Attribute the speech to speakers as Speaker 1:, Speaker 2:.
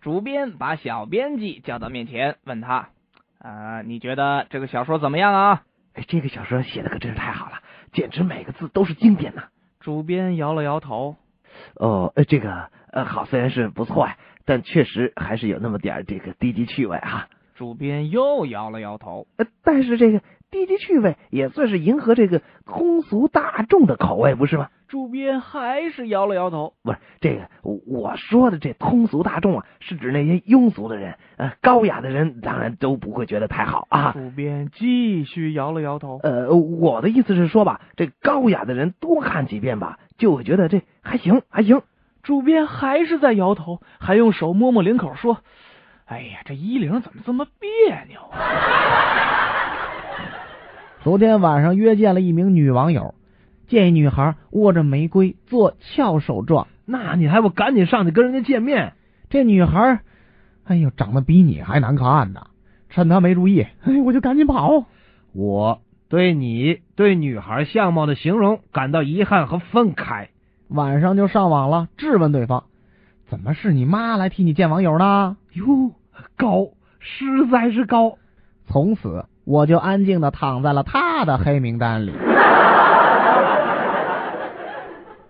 Speaker 1: 主编把小编辑叫到面前，问他：“啊、你觉得这个小说怎么样啊
Speaker 2: 哎，这个小说写的可真是太好了，简直每个字都是经典呐、？”
Speaker 1: 主编摇了摇头。
Speaker 2: 哦，呃，这个呃好，虽然是不错呀、但确实还是有那么点儿这个低级趣味啊。
Speaker 1: 主编又摇了摇头。
Speaker 2: 呃，但是这个低级趣味也算是迎合这个通俗大众的口味，不是吗？
Speaker 1: 主编还是摇了摇头。
Speaker 2: 不是这个，我我说的这通俗大众啊，是指那些庸俗的人，呃，高雅的人当然都不会觉得太好啊。
Speaker 1: 主编继续摇了摇头。
Speaker 2: 呃，我的意思是说吧，这高雅的人多看几遍吧，就会觉得这还行，还行。
Speaker 1: 主编还是在摇头，还用手摸摸领口说：“哎呀，这衣领怎么这么别扭啊
Speaker 3: 昨天晚上约见了一名女网友，建议女孩握着玫瑰做翘手状。
Speaker 2: 那你还不赶紧上去跟人家见面？
Speaker 3: 这女孩，哎呦，长得比你还难看呢。趁她没注意，哎，我就赶紧跑。
Speaker 4: 我对你对女孩相貌的形容感到遗憾和愤慨。
Speaker 3: 晚上就上网了，质问对方：怎么是你妈来替你见网友呢？
Speaker 4: 哟，高，实在是高。
Speaker 3: 从此我就安静的躺在了她的黑名单里。